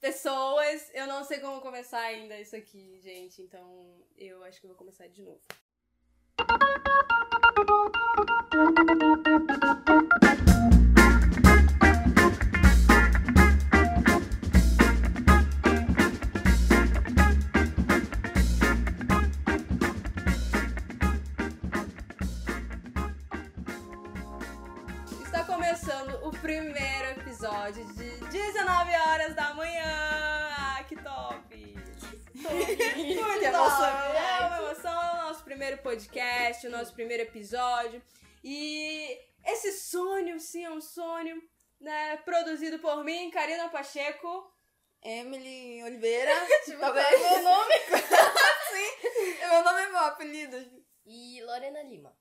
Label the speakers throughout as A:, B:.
A: pessoas. Eu não sei como começar ainda isso aqui, gente. Então eu acho que eu vou começar de novo. Está começando o primeiro episódio de 19 horas da manhã. Ah, que top! Muito
B: Que
A: bom.
B: emocionante.
C: né?
A: É uma emoção, é o nosso primeiro podcast, o nosso primeiro episódio. E esse sonho, sim, é um sonho, né? Produzido por mim, Karina Pacheco.
B: é. Emily Oliveira.
C: Tipo,
B: Tá bem?
C: meu nome.
B: É meu nome é meu apelido.
C: E Lorena Lima.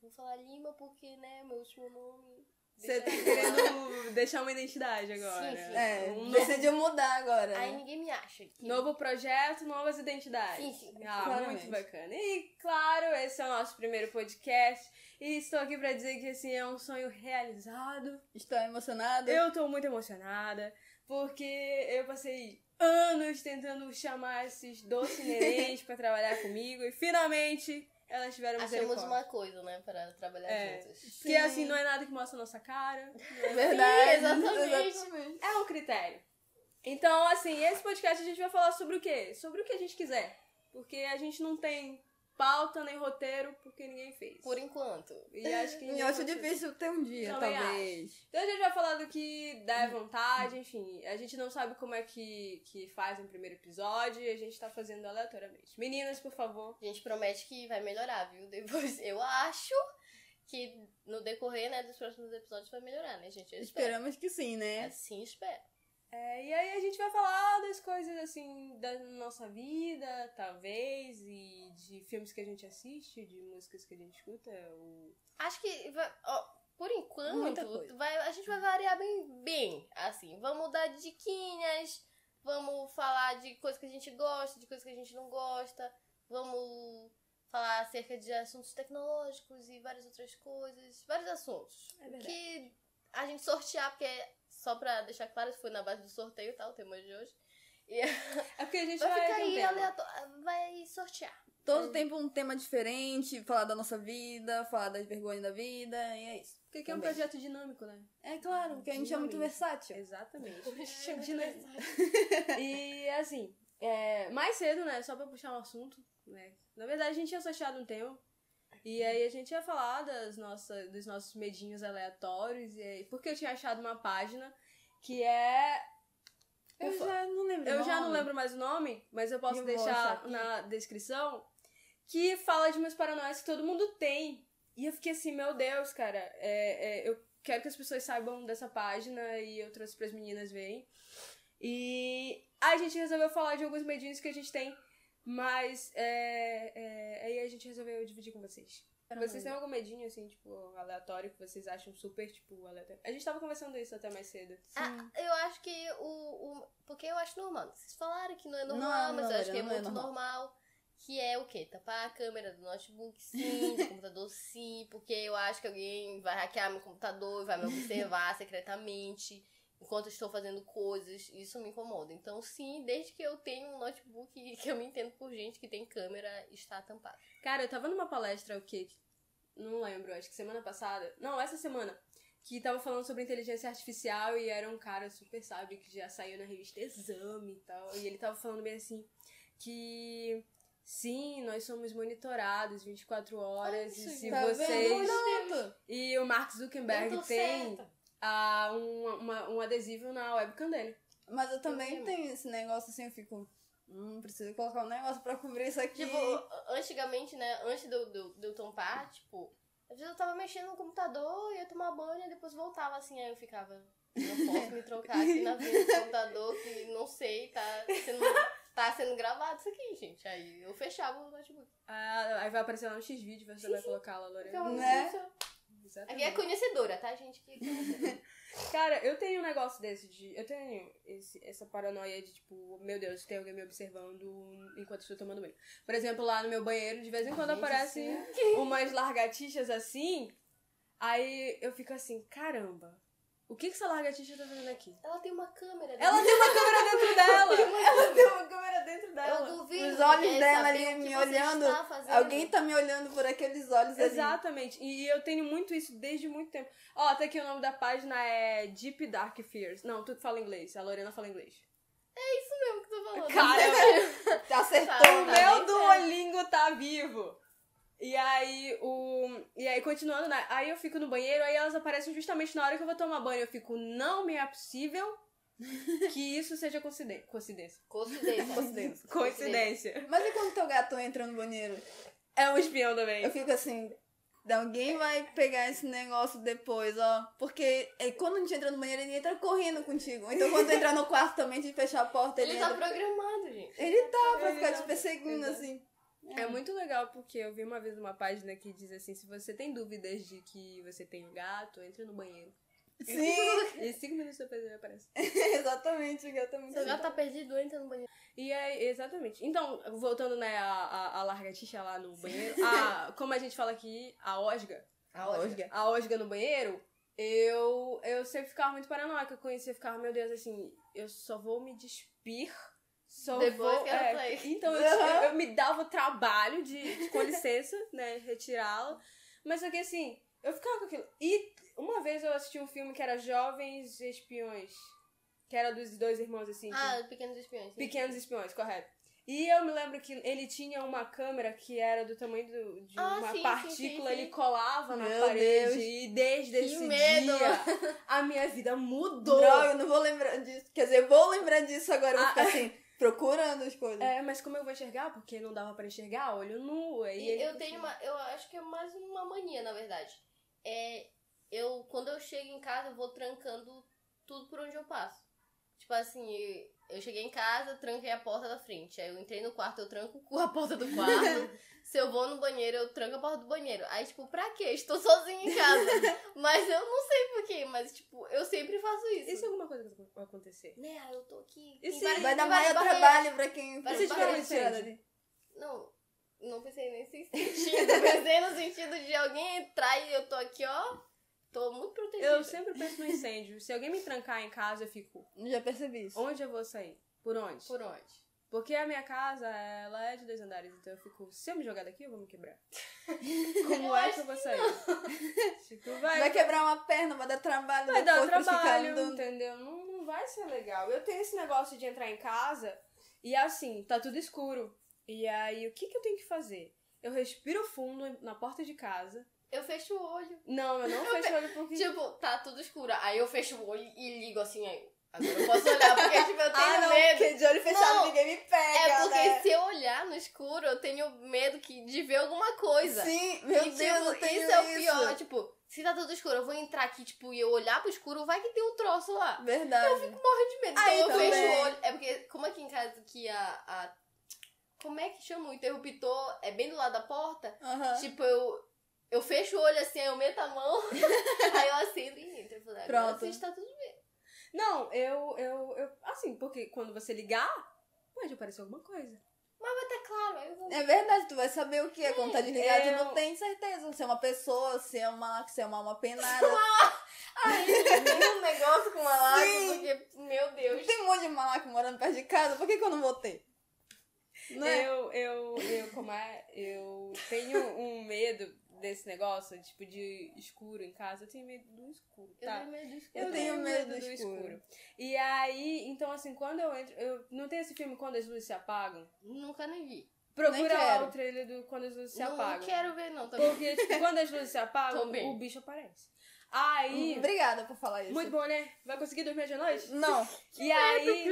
C: Vou falar Lima porque, né, meu último nome.
A: Você
C: Deixa
A: tá
C: eu-
A: querendo deixar uma identidade agora.
C: Sim, sim.
B: É,
A: Um novo,
B: decidiu mudar agora.
C: Aí
B: né?
C: ninguém me acha. aqui.
A: novo projeto, novas identidades.
C: Sim, sim.
A: Ah,
B: Claramente.
A: muito bacana. E claro, esse é o nosso primeiro podcast. E estou aqui pra dizer que assim, é um sonho realizado.
B: Estou emocionada.
A: Eu tô muito emocionada, porque eu passei anos tentando chamar esses doces nenéns pra trabalhar comigo e finalmente elas tiveram
C: Achamos
A: misericórdia.
C: uma coisa, né, para trabalhar
A: É.
C: juntas.
A: Que assim, não é nada que mostra a nossa cara,
B: Verdade.
C: exatamente.
B: exatamente.
A: é um critério. Então, assim, esse podcast a gente vai falar sobre o quê? Sobre o que a gente quiser. Porque a gente não tem pauta nem roteiro, porque ninguém fez.
C: Por enquanto.
A: E acho que.
B: E eu acho difícil ter um dia,
A: Também
B: talvez.
A: Então a gente vai falar do que dá vontade, enfim. A gente não sabe como é que, que faz um primeiro episódio e a gente tá fazendo aleatoriamente. Meninas, por favor.
C: A gente promete que vai melhorar, viu? Depois, eu acho que no decorrer, né, dos próximos episódios vai melhorar, né, gente? Eu espero.
B: Esperamos que sim, né?
C: Assim espero.
A: É, e aí a gente vai falar das coisas assim da nossa vida, talvez, e de filmes que a gente assiste, de músicas que a gente escuta. Ou...
C: Acho que, vai- ó, por
B: Muita
C: enquanto,
B: coisa.
C: vai, a gente vai variar bem, bem, assim. Vamos dar diquinhas, vamos falar de coisas que a gente gosta, de coisas que a gente não gosta, vamos falar acerca de assuntos tecnológicos e várias outras coisas, vários assuntos.
A: É verdade.
C: Que a gente sortear, porque é só pra deixar claro, foi na base do sorteio, tá, o tema de hoje.
A: É porque a gente
C: Vai
A: vai.
C: ficar
A: ter um
C: aí
A: tema.
C: aleatório, vai sortear.
B: Todo tempo um tema diferente, falar da nossa vida, falar das vergonhas da vida, e é isso.
A: Porque aqui é um
B: Também.
A: projeto dinâmico, né?
B: É claro, porque a gente é muito
A: Dinâmico.
B: versátil.
A: Exatamente. E assim, é, mais cedo, né? Só pra puxar um assunto, né? Na verdade, a gente tinha sorteado um tema. E
C: Uhum.
A: aí a gente ia falar das nossas, dos nossos medinhos aleatórios. E aí, porque eu tinha achado uma página que é.
B: Eu
A: Ufa.
B: já não lembro.
A: Eu já
B: nome.
A: não lembro mais o nome, mas eu posso
B: Eu vou achar
A: deixar
B: aqui.
A: na descrição. Que fala de umas paranoias que todo mundo tem. E eu fiquei assim, meu Deus, cara, é, é, eu quero que as pessoas saibam dessa página e eu trouxe pras meninas verem. E a gente resolveu falar de alguns medinhos que a gente tem, mas é, é, aí a gente resolveu dividir com vocês. Vocês têm algum medinho, assim, tipo, aleatório que vocês acham super, tipo, aleatório? A gente tava conversando isso até mais cedo.
C: Ah, eu acho que o, o- Porque eu acho normal. Vocês falaram que não é
B: Não é
C: normal, mas eu
B: normal,
C: acho que é
B: não é
C: muito normal.
B: normal.
C: Que é o quê? Tapar a câmera do notebook, sim, do computador, sim, porque eu acho que alguém vai hackear meu computador e vai me observar secretamente enquanto eu estou fazendo coisas. Isso me incomoda. Então, sim, desde que eu tenho um notebook e que eu me entendo por gente que tem câmera, está tampado.
A: Cara, eu tava numa palestra, o quê? Não lembro, acho que semana passada. Não, essa semana. Que tava falando sobre inteligência artificial e era um cara super sábio que já saiu na revista Exame e tal. E ele tava falando bem assim que sim, nós somos monitorados 24 horas
C: Olha isso,
A: e se
B: Tá vendo?
A: vocês.
B: Pronto.
A: E o Mark
C: Eu
A: Zuckerberg
C: tô
A: tem
C: certa.
A: ah, um, uma- um adesivo na webcam dele.
B: Mas eu também
C: Eu lembro.
B: tenho esse negócio assim, eu fico. Hum, preciso colocar um negócio pra cobrir isso aqui.
C: Tipo, antigamente, né? Antes de eu, de eu- de eu tampar, tipo, às vezes eu tava mexendo no computador, ia tomar banho e depois voltava assim, aí eu ficava. Não posso me trocar aqui na frente do computador, que não sei, tá sendo, tá sendo gravado isso aqui, gente. Aí eu fechava o notebook.
A: Ah, aí vai aparecer lá um X-Vídeo, você vai colocar lá, Lorena.
C: Ficava muito
B: Né?
C: isso. Então, Aqui
A: Exatamente.
C: é conhecedora, tá, gente? Que- que-
A: Cara, eu tenho um negócio desse de. Eu tenho esse- essa paranoia de, tipo, meu Deus, tem alguém me observando enquanto estou tomando banho. Por exemplo, lá no meu banheiro, de vez em quando
C: Gente,
A: aparece
B: né?
C: isso
A: é umas largatixas assim. Aí eu fico assim, caramba, O que, que essa lagartixa tá fazendo aqui?
C: Ela tem uma câmera.
A: Ela tem uma câmera dentro dela! Ela tem uma câmera dentro
C: Eu
A: dela!
C: duvido.
B: Os
C: que
B: olhos
C: quer
B: dela
C: saber
B: ali
C: o que
B: me
C: você
B: olhando.
C: está fazendo.
B: Alguém tá me olhando por aqueles olhos assim, ali.
A: Exatamente. E eu tenho muito isso desde muito tempo. Ó, tá aqui o nome da página é Deep Dark Fears. Não, tu que fala inglês. A Lorena fala inglês.
C: Não, o que tu falou? é
A: Cara, o
B: Acertou o
C: Tá bem
A: meu
B: meu.
C: certo.
A: Duolingo tá vivo. E aí, o. E aí, continuando, né? Aí eu fico no banheiro, aí elas aparecem justamente na hora que eu vou tomar banho. Eu fico, não me é possível que isso seja coinciden- coincidência.
C: Coincidência.
B: Coincidência.
A: Coincidência.
B: Mas e quando teu gato entra no banheiro?
A: É um espião
B: Eu
A: também.
B: fico assim. Alguém vai pegar esse negócio depois, ó. Porque é, quando a gente entra no banheiro, ele entra correndo contigo. Então quando tu entrar no quarto também, de fechar a porta, ele,
C: Ele tá
B: entra.
C: programado, gente.
B: Ele tá pra
A: Ele
B: ficar
A: tá-
B: te perseguindo,
A: Exato.
B: assim.
A: É muito legal porque eu vi uma vez uma página que diz assim: se você tem dúvidas de que você tem um gato, entre no banheiro.
B: Sim,
A: E cinco minutos depois ele aparece.
B: exatamente. O gato é muito
C: Seu gato
B: legal.
C: tá perdido, entra no banheiro.
A: E aí, exatamente. Então, voltando, né, a, a, a largatixa lá no banheiro. A, como a gente fala aqui, a Osga.
C: A Osga.
A: A Osga no banheiro, eu, eu sempre ficava muito paranoica com isso. Eu ficava, meu Deus, assim, eu só vou me despir. Só
C: Depois
A: vou,
C: que ela
A: é,
C: sair.
A: Então eu,
B: Aham.
A: eu me dava o trabalho de, de, com licença, né, retirá-la. Mas só que assim, eu ficava com aquilo. E uma vez eu assisti um filme que era Jovens Espiões. Que era dos dois irmãos, assim. que-
C: Ah, Pequenos Espiões. sim.
A: Pequenos Espiões, correto. E eu me lembro que ele tinha uma câmera que era do tamanho do- de
C: Ah,
A: uma
C: sim, sim,
A: partícula,
C: sim, sim.
A: ele colava na
B: Meu
A: parede.
B: Deus.
A: E desde
C: Que
A: esse
C: medo.
A: dia, a minha vida mudou.
B: Droga, eu não vou lembrar disso. Quer dizer, vou lembrar disso agora. Eu vou
A: Ah.
B: ficar
C: é.
B: assim, procurando as coisas.
A: É, mas como eu vou enxergar? Porque não dava pra enxergar, olho nu. Aí
C: E tá
A: ele-
C: eu tenho uma. Eu acho que é mais uma mania, na verdade. É. Eu, quando eu chego em casa, eu vou trancando tudo por onde eu passo. Tipo assim, eu- eu cheguei em casa, tranquei a porta da frente. Aí eu entrei no quarto, eu tranco com a porta do quarto. Se eu vou no banheiro, eu tranco a porta do banheiro. Aí, tipo, pra quê? Estou sozinha em casa. mas eu não sei por quê, mas, tipo, eu sempre faço isso.
A: E se alguma coisa ac- acontecer?
C: Né, ah, eu tô aqui.
A: E
C: em
A: se-
C: várias-
B: Vai dar
C: em várias
B: maior
C: barreiras.
B: trabalho pra quem
C: Vai
B: vai
C: dar barreira,
B: tirar
A: gente.
B: dali.
C: Não, não pensei nesse sentido. pensei no sentido de alguém entrar e eu tô aqui, ó. Tô muito protegida.
A: Eu sempre penso no incêndio. Se alguém me trancar em casa, eu fico,
B: Já percebi isso.
A: onde eu vou sair? Por onde?
C: Por onde?
A: Porque a minha casa, ela é de dois andares, então eu fico, se eu me jogar daqui, eu vou me quebrar. Como
C: Eu
A: é que eu vou sair? Tipo, vai,
B: Vai quebrar uma perna, vai dar trabalho.
A: vai dar
B: depois pra ficar
A: trabalho,
B: andando.
A: entendeu? Não, não vai ser legal. Eu tenho esse negócio de entrar em casa e assim, tá tudo escuro. E aí, o que, que eu tenho que fazer? Eu respiro fundo na porta de casa.
C: Eu fecho o olho.
A: Não, eu não fecho o olho porque...
C: Tipo, tá tudo escuro. Aí eu fecho o olho e ligo assim, aí. Agora eu posso olhar, porque tipo, eu tenho
B: Ah, não,
C: medo.
B: porque de olho fechado
C: Não,
B: ninguém me pega.
C: É porque
B: né?
C: se eu olhar no escuro, eu tenho medo que, de ver alguma coisa.
B: Sim, meu
C: e,
B: Deus,
C: tipo,
B: eu tenho
C: isso
B: isso.
C: é o pior. Tipo, se tá tudo escuro, eu vou entrar aqui, tipo, e eu olhar pro escuro, vai que tem um troço lá.
B: Verdade.
C: morro de medo. Então
B: Aí
C: eu
B: também.
C: fecho o olho. É porque, como aqui em casa que a. a- como é que chama? O interruptor é bem do lado da porta.
B: Aham.
C: Tipo, eu. Eu fecho o olho assim, aí eu meto a mão, aí eu acendo e entro. Eu falo, agora
B: Pronto.
C: assim está tudo bem.
A: Não, eu, eu, eu... Assim, porque quando você ligar, pode aparecer alguma coisa.
C: Mas tá claro, aí eu vou.
B: É verdade, tu vai saber o que é quando tá desligado,
A: eu-
B: tu não tem certeza. Se é uma pessoa, se é uma, se é uma alma penada.
C: Aí um negócio com uma lata,
B: Sim.
C: porque, meu Deus.
B: Tem um monte de malaco morando perto de casa, por que, que eu não votei? Não
C: Né?
B: é?
A: Eu, eu, eu, como é? Eu tenho um medo desse negócio, tipo, de escuro em casa. Eu tenho medo do escuro,
C: Eu
A: tá?
C: tenho medo do escuro.
B: Eu tenho medo do escuro.
A: E aí, então assim, quando eu entro. Eu, não tem esse filme Quando as Luzes Se Apagam?
C: Nunca nem vi.
A: Procura lá
B: quero.
A: o trailer do Quando as Luzes Se
C: não,
A: Apagam.
C: quero ver, não. tá Também.
A: Porque, tipo, quando as luzes se apagam,
C: Também.
A: o bicho aparece. Aí.
B: Obrigada por falar isso.
A: Muito bom, né? Vai conseguir dormir hoje à noite?
B: Não,
A: E aí,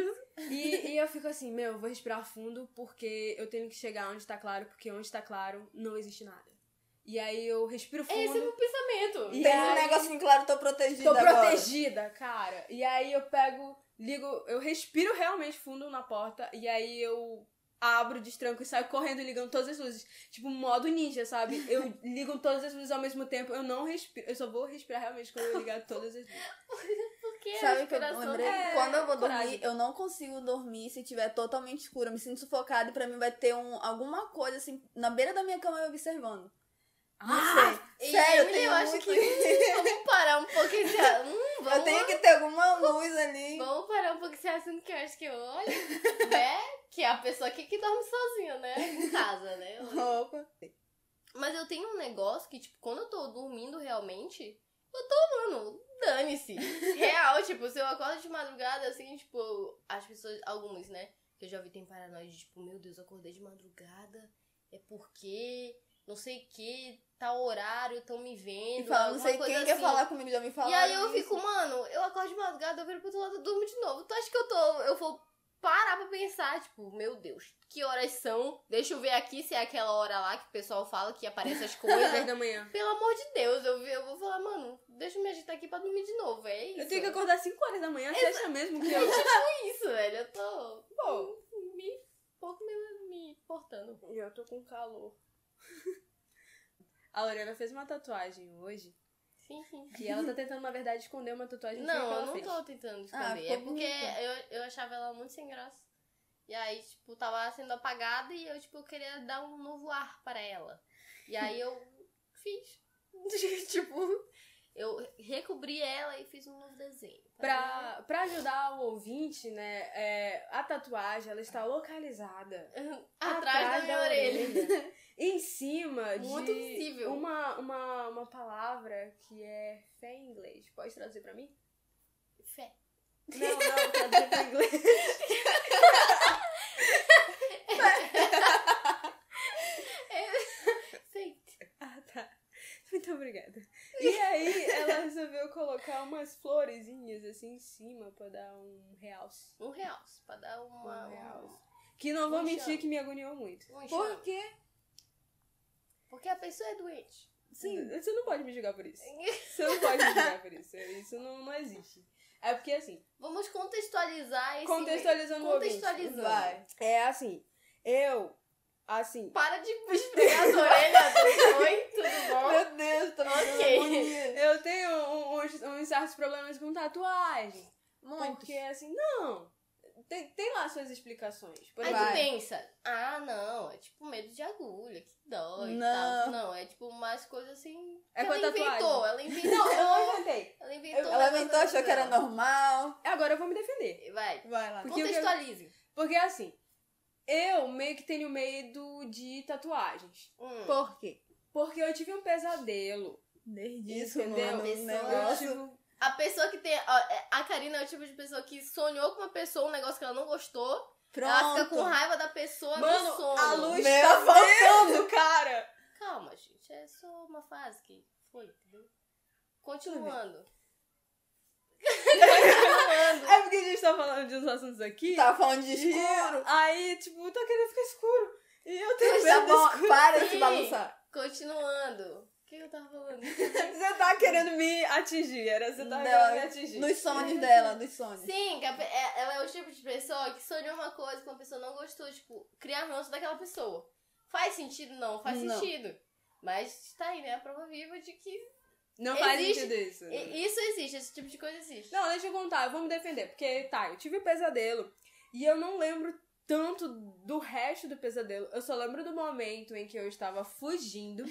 A: e, e eu fico assim, meu, eu vou respirar fundo porque eu tenho que chegar onde tá claro, porque onde tá claro não existe nada. E aí eu respiro fundo.
C: Esse é o meu pensamento.
A: E
B: tem um
A: aí-
B: negocinho claro, tô protegida
A: Tô
B: agora.
A: protegida, cara. E aí eu pego, ligo, eu respiro realmente fundo na porta e aí eu abro, destranco e saio correndo ligando todas as luzes. Tipo, modo ninja, sabe? Eu ligo todas as luzes ao mesmo tempo, eu não respiro, eu só vou respirar realmente quando eu ligar todas as luzes.
C: Por que a
B: Sabe o que eu
C: respiração
B: lembrei?
A: é
B: Quando eu vou
A: coragem.
B: dormir, eu não consigo dormir se tiver totalmente escuro. Eu me sinto sufocada e pra mim vai ter um, alguma coisa assim na beira da minha cama me observando. Não sei. Sério, eu tenho
C: Ah, eu acho
B: muito...
C: que hum, vamos parar um pouco esse hum, vamos,
B: Eu tenho que ter alguma luz ali.
C: vamos parar um pouco esse assunto que eu acho que eu olho, né? Que é a pessoa que, que dorme sozinha, né? Em casa, né?
B: um Opa.
C: Mas eu tenho um negócio que, tipo, quando eu tô dormindo realmente, eu tô, mano, dane-se. Real, tipo, se eu acordo de madrugada, assim, tipo, as pessoas, algumas, né? Que eu já vi tem paranoia de, tipo, meu Deus, eu acordei de madrugada, é porque, não sei o que, tal horário, tão me vendo.
B: E fala, não
C: alguma
B: sei
C: coisa
B: quem quer
C: assim.
B: falar comigo, já me falaram.
C: E aí eu
B: isso.
C: fico, mano, eu acordo de madrugada, eu viro pro outro lado, eu durmo de novo. Tu acha que eu tô. Eu vou parar pra pensar, tipo, meu Deus, que horas são? Deixa eu ver aqui se é aquela hora lá que o pessoal fala que aparece as
A: Três
C: coisas.
A: da manhã.
C: Pelo amor de Deus, eu, vi- eu vou falar, mano, deixa eu me agitar aqui pra dormir de novo. É isso.
A: Eu tenho que acordar 5 horas da manhã, sexta mesmo que eu.
C: É isso, velho. Eu tô.
A: Bom.
C: Me. pouco me, me importando.
A: E eu tô com calor. A Lorena fez uma tatuagem hoje.
C: Sim, sim.
A: E ela tá tentando, na verdade, esconder uma tatuagem feia que
C: Não,
A: ela
C: eu não
A: fez.
C: tô tentando
B: Ah,
C: esconder.
B: ficou
C: é porque
B: bonita.
C: eu, eu achava ela muito sem graça. E aí, tipo, tava sendo apagada e eu, tipo, eu queria dar um novo ar para ela. E aí eu fiz. tipo, eu recobri ela e fiz um novo desenho.
A: Pra, pra ajudar o ouvinte, né, é, a tatuagem, ela está localizada
C: Atrás, da minha orelha.
A: em cima de
C: Muito visível.
A: Uma, uma, uma palavra que é fé em inglês. Pode traduzir pra mim?
C: Fé.
A: Não, não, traduzir pra inglês.
C: Feito.
A: Ah, tá. Muito obrigada. E aí, ela resolveu colocar umas florezinhas assim em cima pra dar um realce.
C: Um real, pra dar uma.
A: Um
C: Um
A: realce. Que não vou
C: Um
A: mentir
C: charme.
A: que me agoniou muito.
C: um
B: Por
C: enxame.
B: quê?
C: Porque a pessoa é doente.
B: Sim.
A: Você não pode me julgar por isso. Você não pode me julgar por isso. Isso não, não existe. É porque assim,
C: Vamos contextualizar esse.
A: contextualizando o ouvinte.
C: É assim Contextualizando.
B: Vai.
A: É assim, eu, assim,
C: Para de esfregar as orelhas. tudo Oi, tudo bom?
B: Meu Deus, tô
C: Ok.
B: okay.
A: eu tenho um- uns, uns certos problemas com tatuagem.
B: Muito.
A: Porque assim, não. Tem, tem lá suas explicações. Por
C: Aí
A: exemplo,
C: tu
B: Vai.
C: pensa, ah, não, é tipo medo de agulha, que dói e
B: Não.
C: tal. Não, é tipo umas coisas assim. que
A: É com a
C: ela
A: tatuagem.
C: inventou, ela inventou.
A: Não, eu não inventei.
C: ela inventou.
B: Ela
C: mas
B: inventou, achou que era
C: não.
B: normal.
A: Agora eu vou me defender.
C: Vai,
B: Vai lá.
A: Porque o que-
C: contextualize.
A: Porque assim, eu meio que tenho medo de tatuagens.
C: Hum.
B: Por quê?
A: Porque eu tive um pesadelo.
B: Desde isso,
A: Entendeu?
B: mano,
C: Pessoa-
B: um
A: Eu
B: negócio.
A: tive
C: A pessoa que tem. ó, é, A Karina é o tipo de pessoa que sonhou com uma pessoa, um negócio que ela não gostou. Ela fica com
B: Pronto.
C: raiva da pessoa
A: Mano,
C: no sono.
A: a luz
B: Meu
A: tá
B: Deus.
A: faltando, cara!
C: Calma, gente. É só uma fase que foi, entendeu? Continuando. Continuando.
A: É porque a gente tá falando de uns assuntos aqui.
B: Tava tá falando de
A: e
B: escuro.
A: Aí, tipo, tá querendo ficar escuro. E eu tenho
B: Tá
A: medo do
B: bom,
A: escuro.
B: para de se
C: Sim.
B: balançar.
C: Continuando. O que eu tava falando?
A: Você tá querendo me atingir, era você tá
B: Não,
A: querendo me atingir.
B: Nos sonhos dela, nos sonhos.
C: Sim, que a pe- é- ela é o tipo de pessoa que sonhou uma coisa que uma pessoa não gostou, tipo, criar ranço daquela pessoa. Faz sentido? Não, faz
B: Não.
C: sentido. Mas tá aí, né? A prova viva de que
A: Não faz
C: Existe-
A: sentido isso. né?
C: i- isso existe, esse tipo de coisa existe.
A: É. Não, deixa eu contar, eu vou me defender. Porque, tá, eu tive um pesadelo e eu não lembro tanto do resto do pesadelo. Eu só lembro do momento em que eu estava fugindo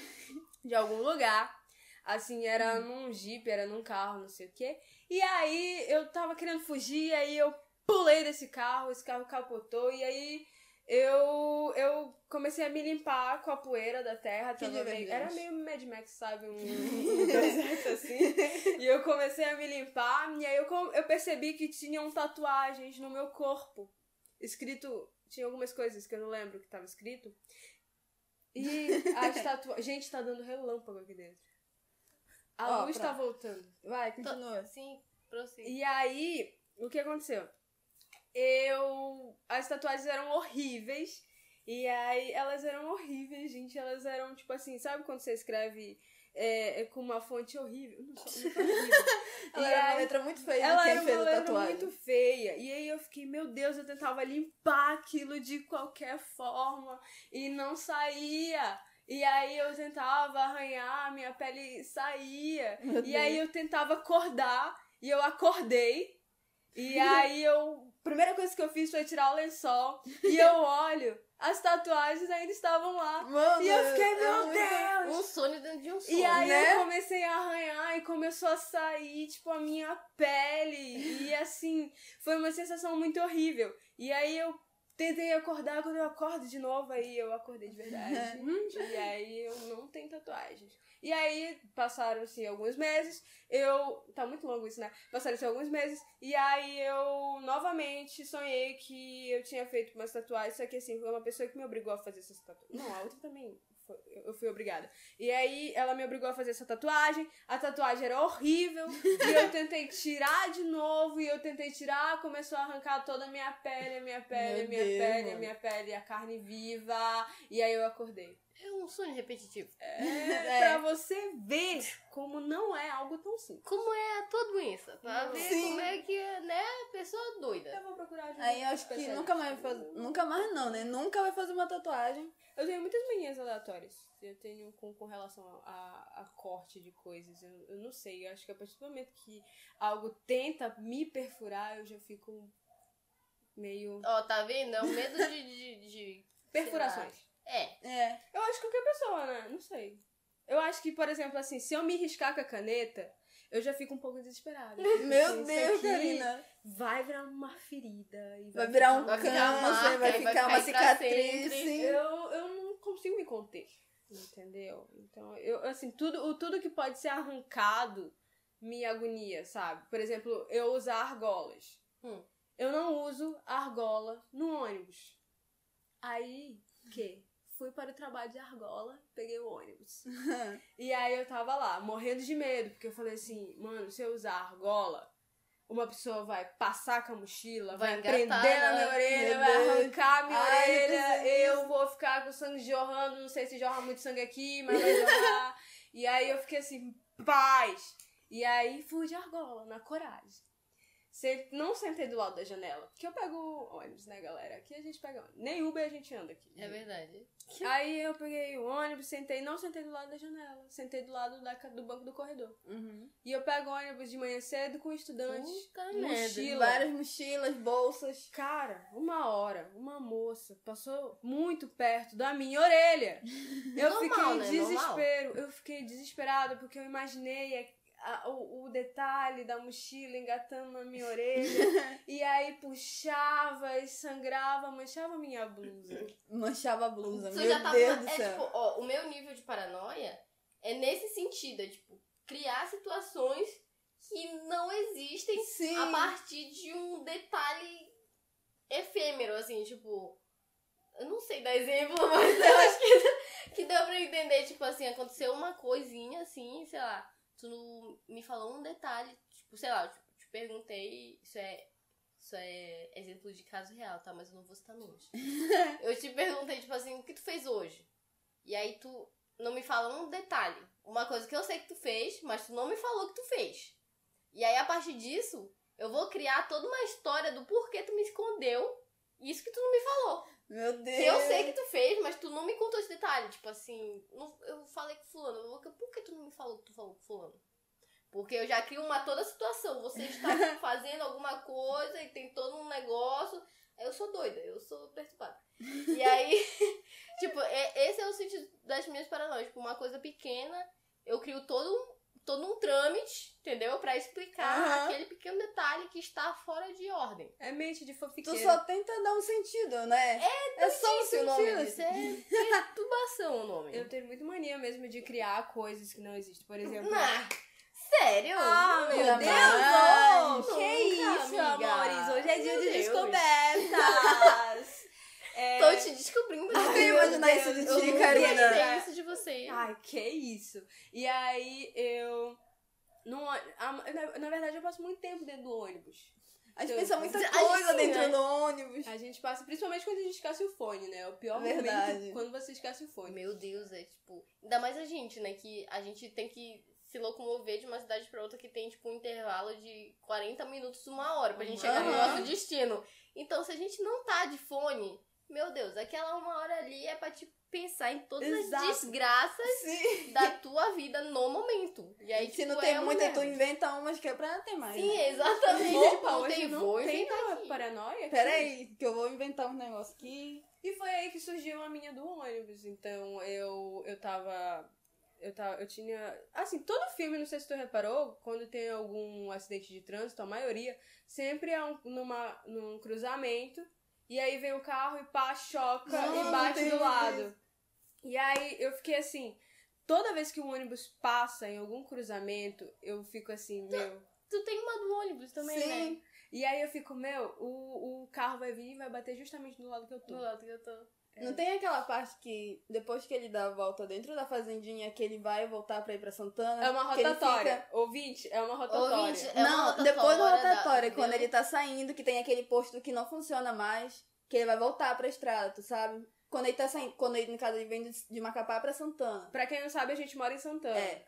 A: de algum lugar. Assim, era num jeep, era num carro, não sei o quê. E aí eu tava querendo fugir, e aí eu pulei desse carro, esse carro capotou, e aí eu, eu comecei a me limpar com a poeira da terra.
B: Que
A: Tava meio,
B: divergente.
A: era meio Mad Max, sabe? Um, um deserto assim. E eu comecei a me limpar, e aí eu, com- eu percebi que tinham tatuagens no meu corpo. Escrito. Tinha algumas coisas que eu não lembro que tava escrito. E as tatuagens. Gente, tá dando relâmpago aqui dentro. A
B: Ó,
A: luz tá
B: pronto.
A: voltando.
B: Vai, continua.
C: Sim, prossigo.
A: E aí, o que aconteceu? Eu. As tatuagens eram horríveis. E aí, elas eram horríveis, gente. Elas eram tipo assim, sabe quando você escreve é, é, com uma fonte horrível? Não, só- não foi horrível.
B: Ela
A: E
B: era uma
A: aí-
B: letra muito feia
A: ela
B: de
A: era
B: quem fez
A: uma
B: a
A: letra
B: tatuagem.
A: muito feia. E aí eu fiquei, meu Deus, eu tentava limpar aquilo de qualquer forma e não saía. E aí eu tentava arranhar, minha pele saía.
B: Meu
A: E
B: Deus.
A: aí eu tentava acordar e eu acordei. E aí eu. Primeira coisa coisa que eu fiz foi tirar o lençol e eu olho, as tatuagens ainda estavam lá.
B: Mano, é
A: E eu fiquei, meu
B: muito-
A: Deus!
C: Um sonho dentro de um sonho.
A: E aí
B: né?
A: eu comecei a arranhar e começou a sair, tipo, a minha pele. E assim, foi uma sensação muito horrível. E aí eu tentei acordar, quando eu acordo de novo, aí eu acordei de verdade. e aí eu não tenho tatuagens. E aí passaram-se alguns meses, eu. Tá muito longo isso, né? Passaram-se alguns meses, e aí eu novamente sonhei que eu tinha feito umas tatuagens, só que assim, foi uma pessoa que me obrigou a fazer essas tatuagens. Não, a outra também. foi- Eu fui obrigada. E aí ela me obrigou a fazer essa tatuagem. A tatuagem era horrível. e eu tentei tirar de novo. E eu tentei tirar, começou a arrancar toda a minha pele, a minha pele, a
B: Meu
A: minha
B: Deus,
A: pele, a
B: mano.
A: minha pele, a carne viva. E aí eu acordei.
C: É um sonho repetitivo.
A: É,
B: É.
A: Pra você ver como não é algo tão simples.
C: Como é a tua doença, tá? Ver
B: Sim.
C: como é que é, né? A pessoa é doida.
A: Eu vou procurar ajuda
B: Aí eu acho que
A: especialista.
B: nunca mais vai fazer. Nunca mais não, né? Nunca vai fazer uma tatuagem.
A: Eu tenho muitas manias aleatórias. Eu tenho com, com relação a, a- a corte de coisas. Eu, eu não sei. Eu acho que a partir do momento que algo tenta me perfurar, eu já fico meio.
C: Ó, tá vendo? É o medo de. de, de-
A: Perfurações.
C: É.
B: É.
A: Eu acho que qualquer pessoa, né? Não sei. Eu acho que, por exemplo, assim, se eu me riscar com a caneta, eu já fico um pouco desesperada. Assim,
B: Meu
A: isso
B: Deus,
A: aqui
B: Karina.
A: Vai virar uma ferida. E
B: Vai virar um
C: Vai
B: câncer,
C: ficar marca,
B: vai
C: aí
B: ficar,
C: vai ficar
B: uma
C: aí pra
B: cicatriz.
C: sempre.
B: Sim.
A: Eu, eu não consigo me conter, entendeu? Então, eu, assim, tudo, o- tudo que pode ser arrancado me agonia, sabe? Por exemplo, eu usar argolas.
C: Hum.
A: Eu não uso argola no ônibus. Aí, que? Fui para o trabalho de argola, peguei o ônibus. e aí eu tava lá, morrendo de medo, porque eu falei assim, mano, se eu usar argola, uma pessoa vai passar com a mochila, vai,
C: Vai
A: prender
C: engatar
A: na
C: ela.
A: minha orelha,
B: né? Meu
A: vai
B: Deus.
A: arrancar a minha
B: Ai, eu
A: orelha,
B: preciso
A: eu vou ficar com o sangue jorrando, não sei se jorra muito sangue aqui, mas vai jorrar. e aí eu fiquei assim, paz! E aí fui de argola, na coragem. Se- Não sentei do lado da janela, porque eu pego ônibus, né, galera? Aqui a gente pega ônibus. Nem Uber a gente anda aqui.
C: É verdade.
A: Aí eu peguei o ônibus, sentei, não sentei do lado da janela, sentei do lado da ca- do banco do corredor.
B: Uhum.
A: E eu pego ônibus de manhã cedo com estudantes.
C: Puta
A: mochila.
C: merda.
B: Várias mochilas, bolsas.
A: Cara, uma hora, uma moça passou muito perto da minha orelha. Eu
C: Normal,
A: fiquei em
C: né?
A: desespero. Eu fiquei desesperada porque eu imaginei a- a- o, o detalhe da mochila engatando na minha orelha. e aí puxava e sangrava, manchava minha blusa.
B: Manchava a blusa.
C: Você
B: Meu
C: já tá
B: Deus
C: falando-
B: do
C: é,
B: céu.
C: tipo, ó, o meu nível de paranoia é nesse sentido, é tipo, criar situações que não existem
B: Sim.
C: a partir de um detalhe efêmero, assim, tipo. Eu não sei dar exemplo, mas eu acho que, que deu pra entender. Tipo assim, aconteceu uma coisinha assim, sei lá. Tu não me falou um detalhe, tipo, sei lá, eu te, te perguntei. Isso é, isso é exemplo de caso real, tá? Mas eu não vou citar nomes. eu te perguntei, tipo assim, o que tu fez hoje? E aí tu não me fala um detalhe. Uma coisa que eu sei que tu fez, mas tu não me falou que tu fez. E aí a partir disso, eu vou criar toda uma história do porquê tu me escondeu. Isso que tu não me falou.
B: Meu Deus.
C: Que eu sei que tu fez, mas tu não me contou esse detalhe. Tipo assim, não- eu falei com fulano. eu vou- Por que tu não me falou que tu falou com fulano? Porque eu já crio uma toda situação. Você está fazendo alguma coisa e tem todo um negócio. Eu sou doida, eu sou perturbada. E aí, tipo, é- esse é o sentido das minhas paranoias. Tipo, uma coisa pequena, eu crio todo um, todo um trâmite, entendeu? Pra explicar
B: Aham.
C: aquele pequeno detalhe que está fora de ordem.
A: É mente de
B: Tu
A: fofiqueira.
B: só tenta dar um sentido, né? É, só um
C: Esse o nome disso
B: sentido.
C: é perturbação o nome.
A: Eu tenho muito mania mesmo de criar coisas que não existem. Por exemplo.
C: Ah, sério?
A: Ah,
C: Não,
A: meu
B: Nunca
A: Deus!
B: mais.
A: oh, que
C: Nunca,
A: isso,
C: amiga.
A: amores! Hoje é dia
C: Meu
A: de
C: Deus.
A: descobertas! É,
C: Tô te descobrindo.
B: nunca ia
C: Eu
B: imaginar
A: Meu
B: isso de
A: Deus,
B: ti,
A: eu
C: nunca
B: Karina.
C: imaginei isso de você.
A: Ai, que isso. E aí eu. Não, a- na, na verdade, eu passo muito tempo dentro do ônibus.
B: A gente pensa muita
C: A gente
B: coisa
C: sim,
B: dentro
C: né?
B: do ônibus.
A: A gente passa, principalmente quando a gente esquece o fone, né? É O pior
B: Verdade.
A: momento é quando você esquece o fone.
C: Meu Deus, é tipo. Ainda mais a gente, né? Que a gente tem que se locomover de uma cidade pra outra que tem, tipo, um intervalo de 40 minutos, uma hora pra gente chegar no
B: Aham.
C: nosso destino. Então, se a gente não tá de fone. Meu Deus, aquela uma hora ali é pra te pensar em todas
B: Exato.
C: as desgraças
B: Sim.
C: da tua vida no momento. E aí,
B: Se não
C: tipo,
B: tem
C: é uma
B: muita,
C: merda.
B: tu inventa umas que é pra ter mais.
C: Sim, tipo
B: né?
C: exatamente.
A: Opa,
C: Tipo, não
A: hoje
C: tem
A: não
C: voo,
A: tem
C: inventa
A: a
C: aqui.
A: paranoia.
B: Pera aí, que eu vou inventar um negócio aqui.
A: E foi aí que surgiu a minha do ônibus. Então eu, eu tava. Eu, tava, eu tinha. Assim, todo filme, não sei se tu reparou, quando tem algum acidente de trânsito, a maioria, sempre é um, numa, num cruzamento. E aí vem o carro e pá, choca
B: Não,
A: e bate
B: tem
A: do
B: isso.
A: lado. E aí eu fiquei assim. Toda vez que o ônibus passa em algum cruzamento, eu fico assim, meu.
C: Tu tem uma do ônibus também,
B: Sim.
C: né?
A: E aí eu fico, meu, o, o carro vai vir e vai bater justamente do lado que eu tô.
C: Do lado que eu tô.
B: Não tem aquela parte que depois que ele dá a volta dentro da fazendinha que ele vai voltar pra ir pra Santana?
A: É uma
B: que ele
A: rotatória.
B: fica-
A: Ouvinte, é uma rotatória.
C: Ouvinte, É uma
B: não,
C: rotatória
B: depois da
C: da-
B: rotatória, quando
C: entendeu?
B: ele tá saindo, que tem aquele posto que não funciona mais, que ele vai voltar pra estrada, tu sabe? Quando ele tá saindo, quando ele, no caso, ele vem de, de Macapá pra Santana.
A: Pra quem não sabe, a gente mora em Santana.
B: É.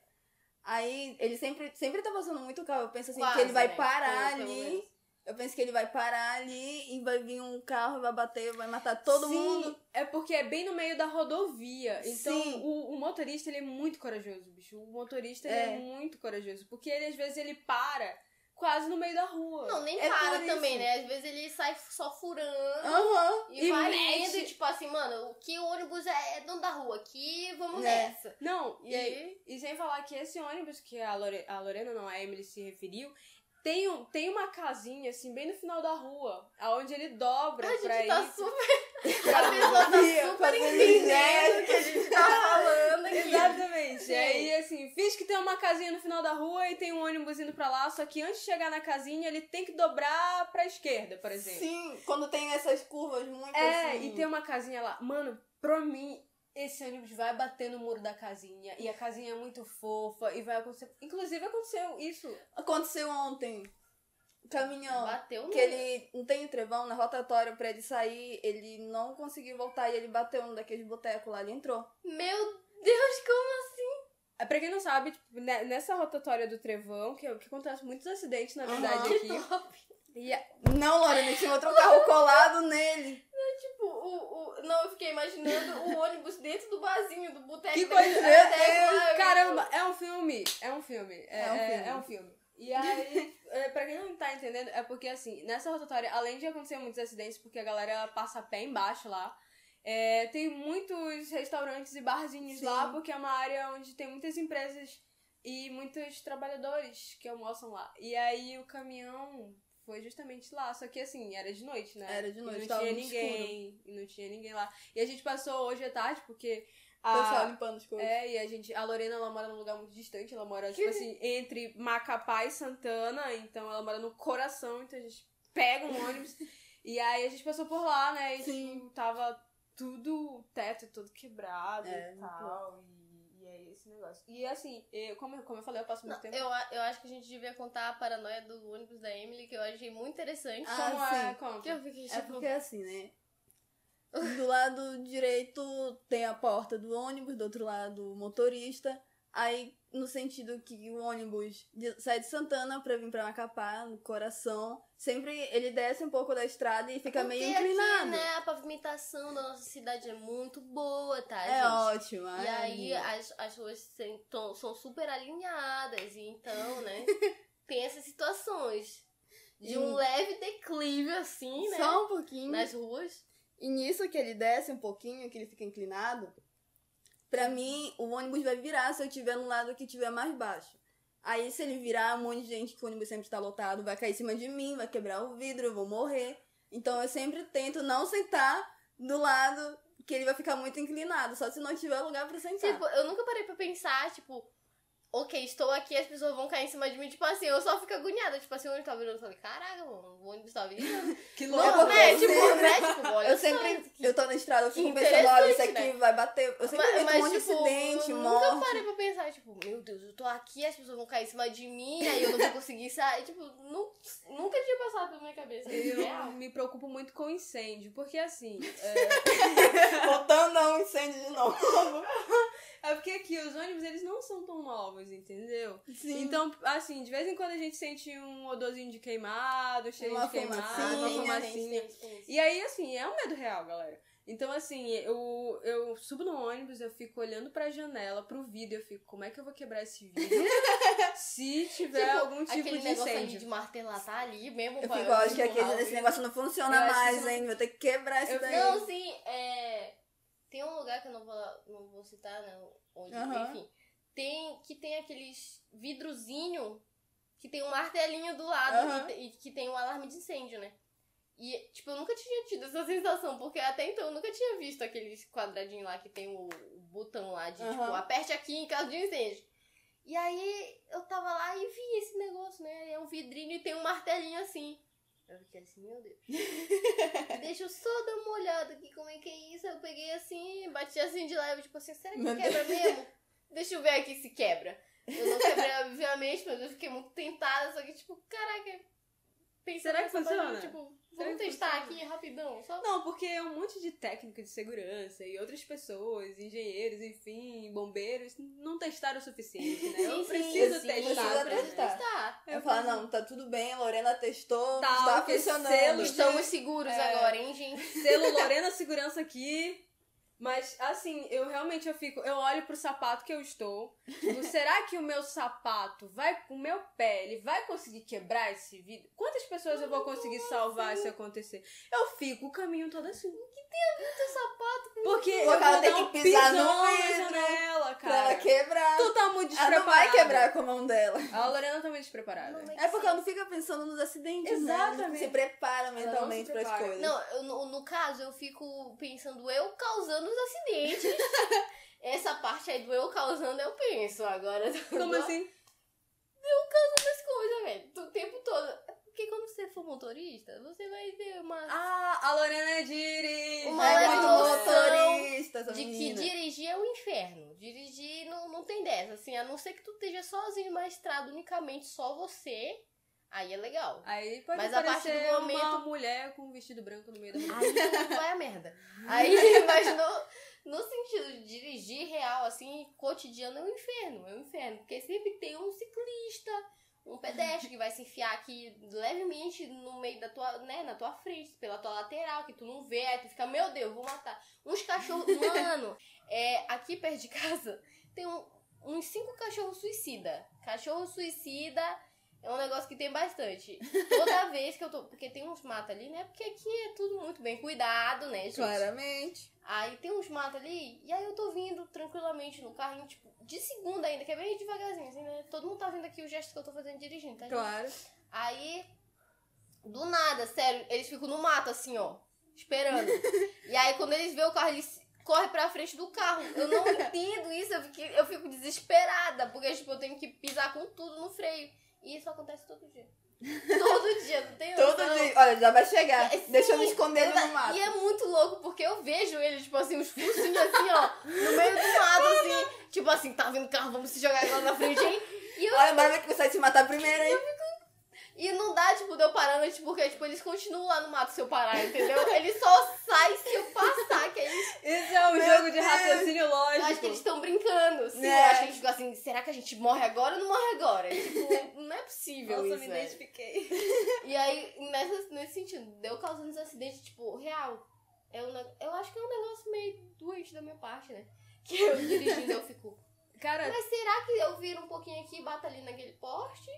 B: Aí ele sempre, sempre tá passando muito carro. Eu penso assim,
C: Quase,
B: que ele vai
C: né?
B: parar
C: Pelo- pelo
B: ali.
C: menos.
B: Eu penso que ele vai parar ali e vai vir um carro, vai bater, vai matar todo
A: Sim,
B: mundo.
A: É porque é bem no meio da rodovia. Então,
B: Sim.
A: o, o motorista, ele é muito corajoso, bicho. O motorista, ele é
B: É.
A: muito corajoso. Porque ele, às vezes, ele para quase no meio da rua.
C: Não, nem
B: É
C: para
B: por isso.
C: também, né? Às vezes ele sai só furando.
B: Aham.
C: E,
A: E
C: vai
A: mete.
C: indo, e tipo assim, mano, o que o ônibus é dono da rua aqui, vamos
B: É.
C: nessa.
A: Não, e,
C: E-
A: aí- e sem falar que esse ônibus que a, Lore- a Lorena, não, a Emily se referiu, tem, um, tem uma casinha, assim, bem no final da rua, aonde ele dobra
C: A gente
A: pra
C: tá
A: ir.
C: super. A pessoa tá
B: Sim,
C: super
B: fazendo
C: entendendo
B: ideia.
C: o que a gente tá falando aqui.
A: Exatamente.
C: Sim.
A: E aí, assim, finge que tem uma casinha no final da rua e tem um ônibus indo pra lá, só que antes de chegar na casinha, ele tem que dobrar pra esquerda, por exemplo.
B: Sim, quando tem essas curvas muito
A: É,
B: assim.
C: um
A: e tem uma casinha lá. Mano, pra mim, esse ônibus vai bater no muro da casinha. E a casinha é muito fofa e vai acontecer. Inclusive, aconteceu isso.
B: Aconteceu ontem. Caminhão.
C: Bateu
B: Que ele não tem trevão na rotatória pra ele sair, ele não conseguiu voltar e ele bateu num daqueles botecos lá, ele entrou.
C: no- um- Meu Deus, como
A: É, Pra quem não sabe, tipo, ne- nessa rotatória do Trevão, que, é o que acontece muitos acidentes, na verdade,
B: Aham.
A: aqui. E a-
B: Não, Lorena, tinha outro carro colado nele.
C: Tipo, o, o... Não, eu fiquei imaginando o ônibus dentro do barzinho, do boteco.
A: Que
C: dentro
A: coisa!
C: do
A: é,
B: né?
C: boteco,
A: é,
C: sabe?
A: caramba, é um filme. É um filme. É,
B: É um
A: é-
B: filme.
A: é um filme. E aí, é, pra quem não tá entendendo, é porque assim, nessa rotatória, além de acontecer muitos acidentes, porque a galera passa a pé embaixo lá, é, tem muitos restaurantes e barzinhos
B: Sim.
A: lá, porque é uma área onde tem muitas empresas e muitos trabalhadores que almoçam lá. E aí o caminhão foi justamente lá, só que assim, era de noite, né?
B: Era É, de
A: E
B: noite,
A: não
B: tava
A: tinha
B: muito
A: ninguém, e não tinha ninguém lá. E a gente passou hoje à tarde, porque a,
B: Pessoal limpando as coisas.
A: é, e a gente. A Lorena ela mora num lugar muito distante, ela mora, tipo assim, entre Macapá e Santana, então ela mora no coração, então a gente pega um ônibus. e aí a gente passou por lá, né? E
B: Sim.
A: tipo, tava tudo, o teto todo quebrado
B: É,
A: e tal. E, e é esse negócio. E assim, eu, como, eu- como eu falei, eu passo muito
C: tipo, Não,
A: tempo.
C: eu, a- eu acho que a gente devia contar a paranoia do ônibus da Emily, que eu achei muito interessante.
B: Ah,
A: como é?
B: sim.
A: Como?
C: que eu fiquei
B: É
C: tipo,
B: porque é assim, né? Do lado direito tem a porta do ônibus, do outro lado o motorista. Aí, no sentido que o ônibus de- sai de Santana pra vir pra Macapá, no coração, sempre ele desce um pouco da estrada e fica meio
C: Porque aqui,
B: inclinado.
C: né, a pavimentação da nossa cidade é muito boa, tá,
B: É
C: gente?
B: ótimo.
C: E
B: é
C: aí
B: lindo.
C: as, as ruas sem- tão- são super alinhadas, e então, né? tem essas situações de um
B: Hum.
C: leve declive, assim, né?
B: Só um pouquinho.
C: Nas ruas.
B: E nisso que ele desce um pouquinho, que ele fica inclinado, pra mim o ônibus vai virar se eu tiver no lado que tiver mais baixo. Aí se ele virar, um monte de gente que o ônibus sempre tá lotado vai cair em cima de mim, vai quebrar o vidro, eu vou morrer. Então eu sempre tento não sentar do lado que ele vai ficar muito inclinado, só se não tiver lugar pra sentar.
C: Tipo, eu nunca parei pra pensar, tipo, ok, estou aqui, as pessoas vão cair em cima de mim. Tipo assim, eu só fico agoniada. Tipo assim, o ônibus tá virando. Eu falei, caraca, mano, o ônibus tá virando.
A: Que
B: louco,
C: Não, né?
A: é,
B: eu
C: Tipo,
B: sempre-
C: né? Tipo, olha
B: eu
C: só
B: sempre,
C: isso aqui.
B: eu tô na estrada, eu
C: que
B: fico pensando, olha, isso aqui
C: interessante,
B: vai bater. Eu sempre
C: Ma-
B: evito um monte de
C: tipo,
B: acidente,
C: eu
B: morte.
C: nunca parei pra pensar, tipo, meu Deus, eu tô aqui, as pessoas vão cair em cima de mim, aí eu não vou conseguir sair. Tipo, nu- nunca tinha passado pela minha cabeça.
A: Eu
C: É Real.
A: me preocupo muito com incêndio, porque assim. é-
B: Voltando a um incêndio de novo.
A: é porque aqui os ônibus eles não são tão novos, entendeu?
B: Sim.
A: Então, assim, de vez em quando a gente sente um odorzinho de queimado, cheiro
B: Uma
C: né?
A: de queimado, uma
B: fumacinha,
A: fumacinha. E aí, assim, é um é medo real, galera. Então, assim, eu, eu subo no ônibus, eu fico olhando pra janela, pro vidro, eu fico, como é que eu vou quebrar esse vidro? Se tiver
C: Tipo,
A: algum tipo
C: Aquele
A: de
C: negócio ali
A: incêndio.
C: de martelar tá ali mesmo.
B: Eu
C: pra-
B: fico, acho que aquele-
C: empurrar o
B: esse
C: vidro.
B: negócio não
A: Eu
B: funciona
A: acho que
B: mais,
A: isso-
B: hein? Vou ter que quebrar isso
A: Eu-
B: daí.
A: Não,
C: Não, sim, é. Tem um lugar que eu não vou, não vou citar, né? Onde,
B: Aham.
C: Enfim. Tem, que tem aqueles vidrozinho que tem um martelinho do lado
B: Aham.
C: e, te- e que tem um alarme de incêndio, né? E, tipo, eu nunca tinha tido essa sensação, porque até então eu nunca tinha visto aqueles quadradinhos lá que tem o, o botão lá de, tipo,
B: Aham.
C: aperte aqui em caso de incêndio. E aí eu tava lá e vi esse negócio, né? É um vidrinho e tem um martelinho assim. Eu fiquei assim, meu Deus. Deixa eu só dar uma olhada aqui como é que é isso. Eu peguei assim, bati assim de leve, tipo assim, será que
B: Meu
C: quebra mesmo? Deixa eu ver aqui se quebra. Eu não quebrei, obviamente, mas eu fiquei muito tentada, só que tipo, caraca. pensando
A: Será que
C: nessa
A: funciona?
C: parada, Tipo,
A: Será
C: vamos
A: que
C: testar
A: funciona?
C: aqui rapidão, só
A: Não, porque é um monte de técnico de segurança e outras pessoas, engenheiros, enfim, bombeiros, não testaram o suficiente, né?
C: Sim,
A: Eu
C: sim,
A: preciso
B: sim,
A: testar.
B: precisa
A: pra-
B: testar.
C: testar.
B: Eu falo, não, tá tudo bem, a Lorena testou,
A: Tá,
B: tá
A: porque
B: funcionando.
A: selo
C: Estamos seguros
A: É.
C: agora, hein, gente?
A: Selo Lorena Segurança aqui. Mas, assim, eu realmente eu fico, eu olho pro sapato que eu estou. Tipo, será que o meu sapato vai, o meu pé, ele vai conseguir quebrar esse vidro? Quantas pessoas eu vou conseguir salvar se acontecer? Eu fico o caminho todo assim.
C: Teu sapato.
A: Porque
B: O
A: eu
B: cara
A: vou
B: tem
A: dar um
B: que pisar no
A: pisão na
B: vidro
A: janela,
B: Pra ela
A: cara.
B: quebrar.
A: Tu tá muito
B: Ela
A: despreparada.
B: não vai quebrar com a mão dela.
A: A Lorena tá muito despreparada.
C: Não, mas-
B: É porque ela não fica pensando nos acidentes, né? Ela não
A: Exatamente.
B: se prepara
A: não se
B: mentalmente para as
A: prepara.
B: coisas.
C: Não, eu- no, no caso, eu fico pensando eu causando os acidentes. Essa parte aí do eu causando, eu penso. Agora,
A: Como
C: do-
A: assim?
C: as coisas, velho. O tempo todo. Porque quando você for motorista, você vai ver uma.
A: Ah, a Lorena dirige.
C: Uma
B: Ela é muito
C: noção
B: motorista,
A: Ah,
B: essa
C: de que
B: menina.
C: dirigir é um inferno. Dirigir não, não tem dessa. Assim, a não ser que tu esteja sozinho na estrada, unicamente só você. Aí é legal.
A: Aí pode
C: Mas a partir
A: aparecer
C: do
A: uma
C: momento-
A: mulher com um vestido branco no meio da rua.
C: Aí vai a merda. Aí, mas no, no sentido de dirigir real, assim, cotidiano é um inferno, é um inferno. Porque sempre tem um ciclista, um pedestre que vai se enfiar aqui levemente no meio da tua, né, na tua frente, pela tua lateral, que tu não vê, aí tu fica, meu Deus, vou matar. Uns cachorros, mano, é, aqui perto de casa tem um- uns cinco cachorros suicida. Cachorro suicida é um negócio que tem bastante. Toda vez que eu tô. Porque tem uns matos ali, né? Porque aqui é tudo muito bem cuidado, né, gente?
B: Claramente.
C: Aí tem uns matos ali, e aí eu tô vindo tranquilamente no carrinho, tipo, de segunda ainda, que é bem devagarzinho, assim, né? Todo mundo tá vendo aqui o gesto que eu tô fazendo dirigindo, tá? gente?
B: Claro.
C: Aí, do nada, sério, eles ficam no mato, assim, ó, esperando. e aí, quando eles veem o carro, eles correm pra frente do carro. Eu não entendo isso, eu fico, eu fico desesperada, porque, tipo, eu tenho que pisar com tudo no freio. E isso acontece todo dia. Todo dia, não tem
B: Todo
C: noção.
B: dia. Olha, já vai chegar.
C: É, sim,
B: Deixa eu me esconder
C: exato.
B: no mato.
C: E é muito louco, porque eu vejo ele, tipo assim, os focinhos assim, ó, no meio do mato, assim. Tipo assim, tá vindo carro, vamos se jogar agora na frente, hein? E eu
B: Olha, bora ver que você vai se matar primeiro, hein?
C: E não dá, tipo, de eu parando, tipo, porque tipo, eles continuam lá no mato se eu parar, entendeu? Eles só saem se eu passar, que aí
A: Esse é um
B: Meu
A: jogo de
B: Deus.
A: raciocínio
C: eu
A: lógico.
C: acho que eles estão brincando.
A: né?
C: Sim,
B: É.
C: eu acho que eles ficam assim, será que a gente morre agora ou não morre agora? E, tipo, não é possível
A: Nossa, me
C: isso, velho.
A: identifiquei.
C: E aí, nessa, nesse sentido, deu causando esse acidente, tipo, real. É um, ne- eu acho que é um negócio meio doente da minha parte, né? Que eu dirigindo, eu fico...
A: Cara,
C: Mas será que eu viro um pouquinho aqui e bato ali naquele poste?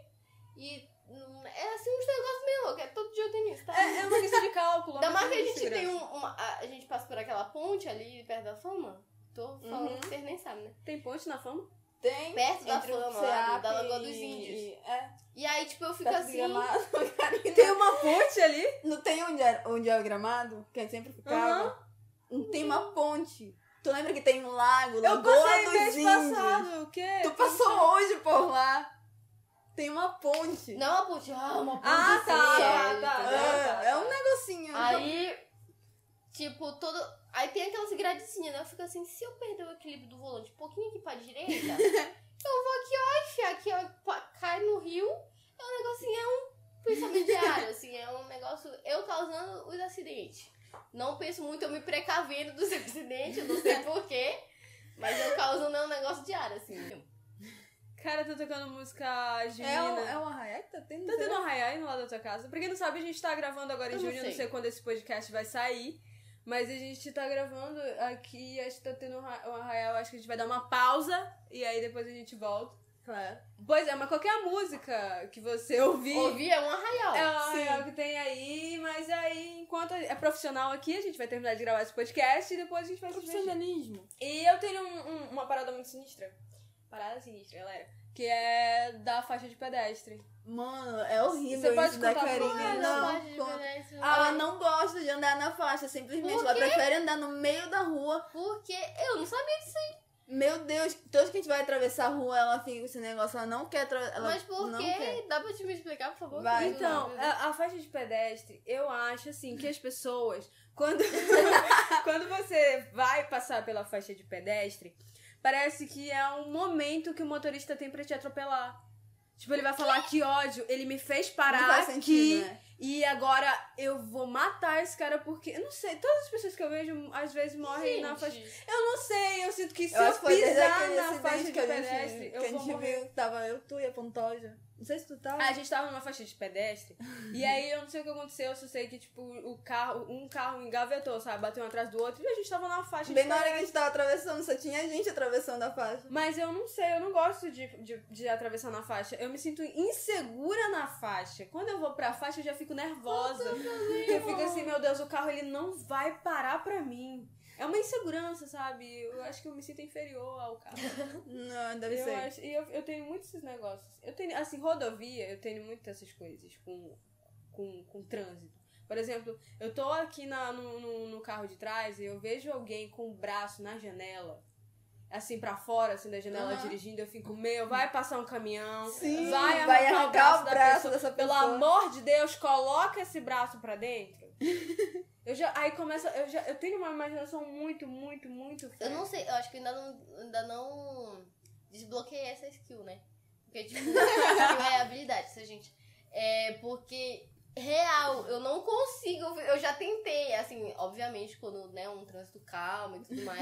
C: E... hum, É assim uns negócios meio loucos, é todo dia tem isso, tá?
A: é, é uma questão de cálculo.
C: Ainda
A: uma
C: mais que a
A: questão de
C: gente tem
A: segurança.
C: um, uma. A a gente passa por aquela ponte ali perto da fama. Tô falando
B: Uhum.
C: que vocês nem sabem, né?
A: Tem ponte na fama?
B: Tem.
C: Perto da
B: entre o
C: fama, lá,
B: Cearp
C: da Lagoa dos
B: e-
C: Índios.
B: e- É,
C: E aí, tipo, eu fico
A: Tá
B: perto do
C: assim.
B: Gramado, Carinha.
A: Tem uma ponte ali?
B: Não tem onde era, onde é o gramado? Que a gente sempre ficava? Não tem uma ponte. Tu lembra que tem um lago,
A: Uhum. Eu
B: Lagoa
A: passei
B: dos
A: mês
B: Índios?
A: passado. Uhum. O quê?
B: Tu passou hoje por lá. Tem uma ponte.
C: Não é uma ponte, ah, uma ponte.
A: Ah, tá,
C: assim,
A: tá,
C: aí,
A: tá.
B: Ah,
C: entendeu?
B: é um negocinho.
C: Aí, tipo, todo. Aí tem aquelas gradezinhas, né? Eu fico assim, se eu perder o equilíbrio do volante um pouquinho aqui pra direita, eu vou aqui, ó, enfiar aqui, ó, pá, cai no rio. É um negocinho, é um pensamento diário, assim, é um negócio. Eu causando os acidentes. Não penso muito, eu me precavendo dos acidentes, eu não sei porquê. Mas eu causando é um negócio diário, assim.
A: Cara, tô tocando música junina.
B: É um, é um arraiá que tá tendo.
A: Tá tendo um arraiai no lado da tua casa? Pra quem não sabe, a gente tá gravando agora em
C: Eu não
A: junho. Eu não
C: sei.
A: sei quando esse podcast vai sair. Mas a gente tá gravando aqui, acho que tá tendo um ra- um arraial, acho que a gente vai dar uma pausa e aí depois a gente volta.
B: Claro.
A: Pois é, mas qualquer música que você ouvir.
C: Ouvir é um arraial.
A: É o arraial que tem aí, mas aí, enquanto é profissional aqui, a gente vai terminar de gravar esse podcast e depois a gente vai se divertir.
B: Profissionalismo.
A: E eu tenho um- um- uma parada muito sinistra. Parada sinistra, galera. Que é da faixa de pedestre.
B: Mano, é horrível
A: Você pode
B: isso da
A: contar pra
B: Karina.
A: ela?
B: Não,
C: gosto de
B: conta.
C: virar isso,
B: Ela não gosta de andar na faixa, simplesmente.
C: Por
B: Ela
C: quê?
B: prefere andar no meio da rua.
C: Porque eu não sabia disso aí.
B: Meu Deus, todos que a gente vai atravessar a rua, ela fica com esse negócio. Ela não quer atravessar.
C: Mas por
B: não quer.
C: quê? Dá pra te me explicar, por favor?
B: Vai.
C: Que eu não-
A: Então, a, a faixa de pedestre, eu acho assim que as pessoas, quando, quando você vai passar pela faixa de pedestre, parece que é um momento que o motorista tem pra te atropelar. Tipo, ele vai falar que ódio, ele me fez parar
B: não faz
A: aqui.
B: sentido, né?
A: E agora eu vou matar esse cara porque. Eu não sei, todas as pessoas que eu vejo às vezes morrem na
C: Gente,
A: faixa. Eu não sei, eu sinto que se
B: Eu
A: eu,
B: acho que foi desde
A: pisar
B: aquele
A: na faixa
B: acidente
A: de
B: que a gente,
A: pedestre,
B: que
A: eu
B: a
A: vou
B: gente
A: morrer.
B: viu. Tava eu, tu e a Pantoja. Não sei se tu tava.
A: Ah, a gente tava numa faixa de pedestre. e aí eu não sei o que aconteceu, eu só sei que, tipo, o carro, um carro engavetou, sabe? Bateu um atrás do outro e a gente tava numa faixa
B: Bem
A: de
B: na hora que a
A: pedestre.
B: gente tava atravessando, só tinha gente atravessando a faixa.
A: Mas eu não sei, eu não gosto de, de, de atravessar na faixa. Eu me sinto insegura na faixa. Quando eu vou pra faixa, eu já fico nervosa. Porque eu fico assim, meu Deus, o carro ele não vai parar pra mim. É uma insegurança, sabe? Eu acho que eu me sinto inferior ao carro.
B: Não, deve
A: Eu
B: ser.
A: acho, e eu, eu tenho muitos esses negócios. Eu tenho, assim, rodovia, eu tenho muitas essas coisas com, com, com trânsito. Por exemplo, eu tô aqui na, no, no, no carro de trás e eu vejo alguém com o braço na janela, assim, pra fora, assim, da janela
B: Aham.
A: dirigindo, eu fico, meu, vai passar um caminhão,
B: Sim,
A: vai,
B: vai
A: arrancar, o braço, da pessoa.
B: dessa
A: Pelo
B: pessoa.
A: amor de Deus, coloca esse braço pra dentro. Eu já, aí começa, eu já, eu tenho uma imaginação muito, muito, muito
C: Eu
A: fértil.
C: não sei, eu acho que ainda não, ainda não desbloqueei essa skill, né? Porque, tipo, skill é habilidade, se a gente. É porque, real, eu não consigo. Eu já tentei, assim, obviamente, quando, né, um trânsito calmo e tudo mais.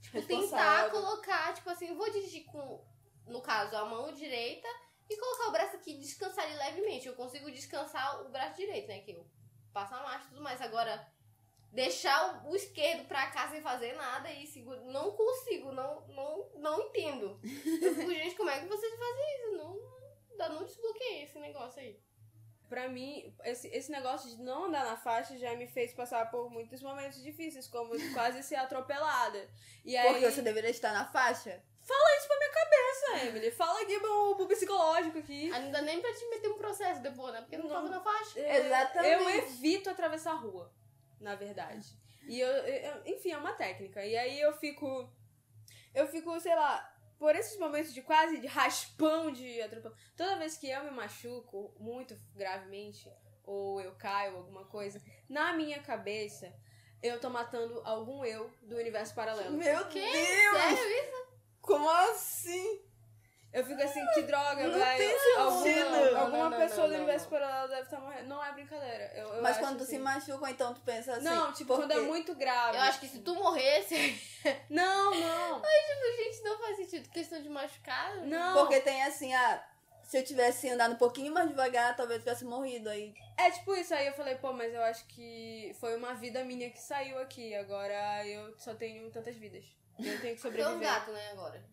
C: tipo, tentar
B: Responsável.
C: colocar, tipo assim, eu vou dirigir com, no caso, a mão direita e colocar o braço aqui e descansar ele levemente. Eu consigo descansar o braço direito, né? Que eu passo a marcha e tudo mais. Agora, deixar o, o esquerdo pra cá sem fazer nada e segurar. Não consigo, não, não, não entendo. Eu fico, gente, como é que vocês fazem isso? Não. Ainda não desbloqueei esse negócio aí.
A: Pra mim, esse, esse negócio de não andar na faixa já me fez passar por muitos momentos difíceis, como quase ser atropelada. E aí,
B: Porque você deveria estar na faixa.
A: essa, Emily, fala aqui pro, pro psicológico aqui.
C: Ainda nem pra te meter um processo depois, né? Porque não,
A: Não.
C: tava na faixa.
A: É,
B: Exatamente.
A: Eu evito atravessar a rua, na verdade. E eu, eu- enfim, é uma técnica. E aí eu fico, eu fico, sei lá, por esses momentos de quase de raspão de atropelo. Toda vez que eu me machuco muito gravemente, ou eu caio, alguma coisa, na minha cabeça, eu tô matando algum eu do universo paralelo.
B: Meu
C: Que?
B: Deus!
C: Sério isso?
B: Como assim?
A: Eu fico assim, que droga,
B: Não
A: velho.
B: tem sentido.
A: Alguma,
B: Não, não,
A: alguma
C: não,
A: pessoa
C: não,
A: do
C: não,
A: universo
C: não.
A: paralelo deve estar morrendo. Não é brincadeira. Eu, eu
B: Mas
A: acho
B: quando tu
A: assim.
B: se machuca, então tu pensa assim.
A: Não, tipo,
B: por
A: quando é
B: quê?
A: muito grave.
C: Eu acho que se tu morresse.
A: Não, não.
C: Tipo, gente, não faz sentido. Questão de machucar. né?
A: Não.
B: Porque tem assim, ah, se eu tivesse andado um pouquinho mais devagar, talvez eu tivesse morrido aí.
A: É tipo isso. Aí eu falei, pô, mas eu acho que foi uma vida minha que saiu aqui. Agora eu só tenho tantas vidas. Eu tenho que
C: Porque é um
A: sobreviver.
C: gato, né, agora.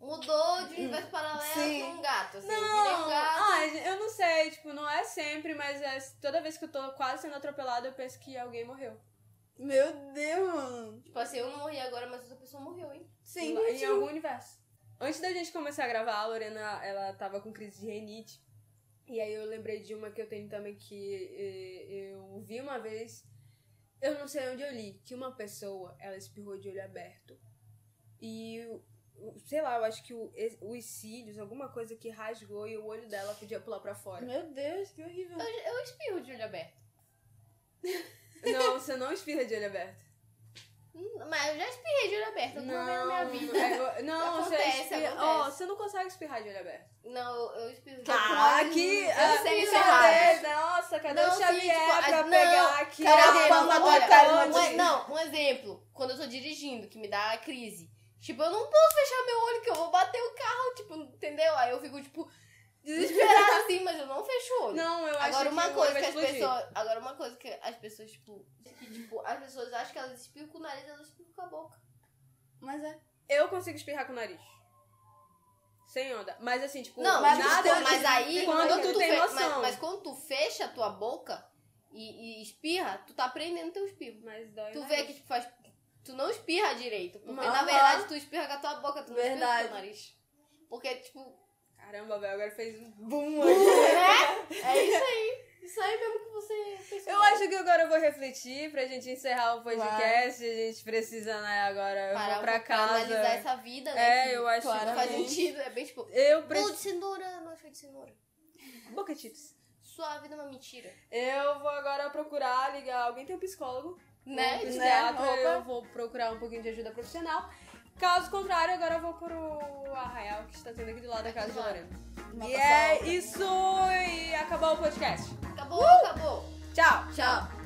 C: Mudou de universo paralelo
B: Sim.
C: pra um gato. Assim, virei um
A: Não,
C: gato.
A: ai, eu não sei, tipo, não é sempre, mas é, toda vez que eu tô quase sendo atropelada, eu penso que alguém morreu.
B: Meu Deus, mano.
C: Tipo assim, eu não morri agora, mas outra pessoa morreu, hein?
B: Sim,
A: Lá- em
B: mentira.
A: algum universo. Antes da gente começar a gravar, a Lorena, ela tava com crise de renite. E aí eu lembrei de uma que eu tenho também que eh, eu vi uma vez, eu não sei onde eu li, que uma pessoa, ela espirrou de olho aberto. E, o- o- sei lá, eu acho que o- es- os cílios, alguma coisa que rasgou e o olho dela podia pular pra fora.
B: Meu Deus, que horrível.
C: Eu, eu espirro de olho aberto.
A: Não, você não espirra de olho aberto.
C: Hum, Mas eu já espirrei de olho aberto alguma vez na minha vida.
A: é, eu- não,
C: Acontece,
A: você espirra. ó,
C: acontece.
A: você não consegue espirrar de olho aberto.
C: Não, eu, eu espirro de
A: Ah,
C: olho
A: aqui,
C: Eu
A: ah,
C: sei
A: meu
C: ferradas.
A: Deus, Nossa, cadê
C: Não,
A: o
C: sim,
A: Xavier
C: tipo,
A: pra
C: ah, não,
A: pegar aqui?
B: cara,
A: a
B: Por
C: Exemplo,
B: exemplo,
A: bomba
B: não,
A: do
B: olha,
A: cara,
B: uma-
A: onde-
C: um, não, um exemplo. Quando eu tô dirigindo, que me dá a crise. Tipo, eu não posso fechar meu olho que eu vou bater o carro, tipo, entendeu? Aí eu fico, tipo, Desesperada assim, mas eu não fecho o olho.
A: Não, eu acho
C: Agora
A: que
C: uma
A: o
C: coisa
A: olho
C: que
A: vai
C: as
A: explodir.
C: pessoas. Agora uma coisa que as pessoas, tipo. que, tipo, as pessoas acham que elas espiam com o nariz, elas espiam com a boca.
B: Mas é.
A: Eu consigo espirrar com o nariz. Sem onda. Mas assim, tipo,
C: Não,
A: nada
B: mas
C: mas, tipo, mas aí.
A: quando
C: mas
A: tu tem
C: fe-
A: noção.
C: Mas, mas quando tu fecha a tua boca e, e espirra, tu tá aprendendo teu espirro.
A: Mas dói. né?
C: Tu
A: mais.
C: vê que tipo, faz. Tu não espirra direito. Porque na
B: Aham.
C: verdade tu espirra com a tua boca, tu não espirra com
B: Verdade.
C: o nariz. Porque, tipo.
A: Caramba, velho, agora fez um boom aqui.
C: É, é isso aí. Isso aí mesmo que você pensou.
A: Eu acho que agora eu vou refletir pra gente encerrar o podcast. A gente precisa, né, agora eu
C: Parar um
A: vou pra casa.
C: analisar essa vida, né?
A: É,
C: que
A: eu acho
C: Não faz
B: Claramente.
C: sentido. É bem tipo.
A: que... Eu
C: Bolo
A: preciso...
C: de cenoura, não achou de cenoura.
A: Boca Cheetos.
C: Sua vida é uma mentira.
A: Eu vou agora procurar ligar. Alguém tem um psicólogo? Um
C: Né? Né?
A: psiquiatra.
B: Opa.
A: Eu vou procurar um pouquinho de ajuda profissional. Caso contrário, agora eu vou pro arraial que está tendo aqui do lado da casa de Lorena.
B: Uma
A: E é
B: pessoa-
A: isso! E acabou o podcast.
C: Acabou, acabou.
A: Tchau!
C: Tchau.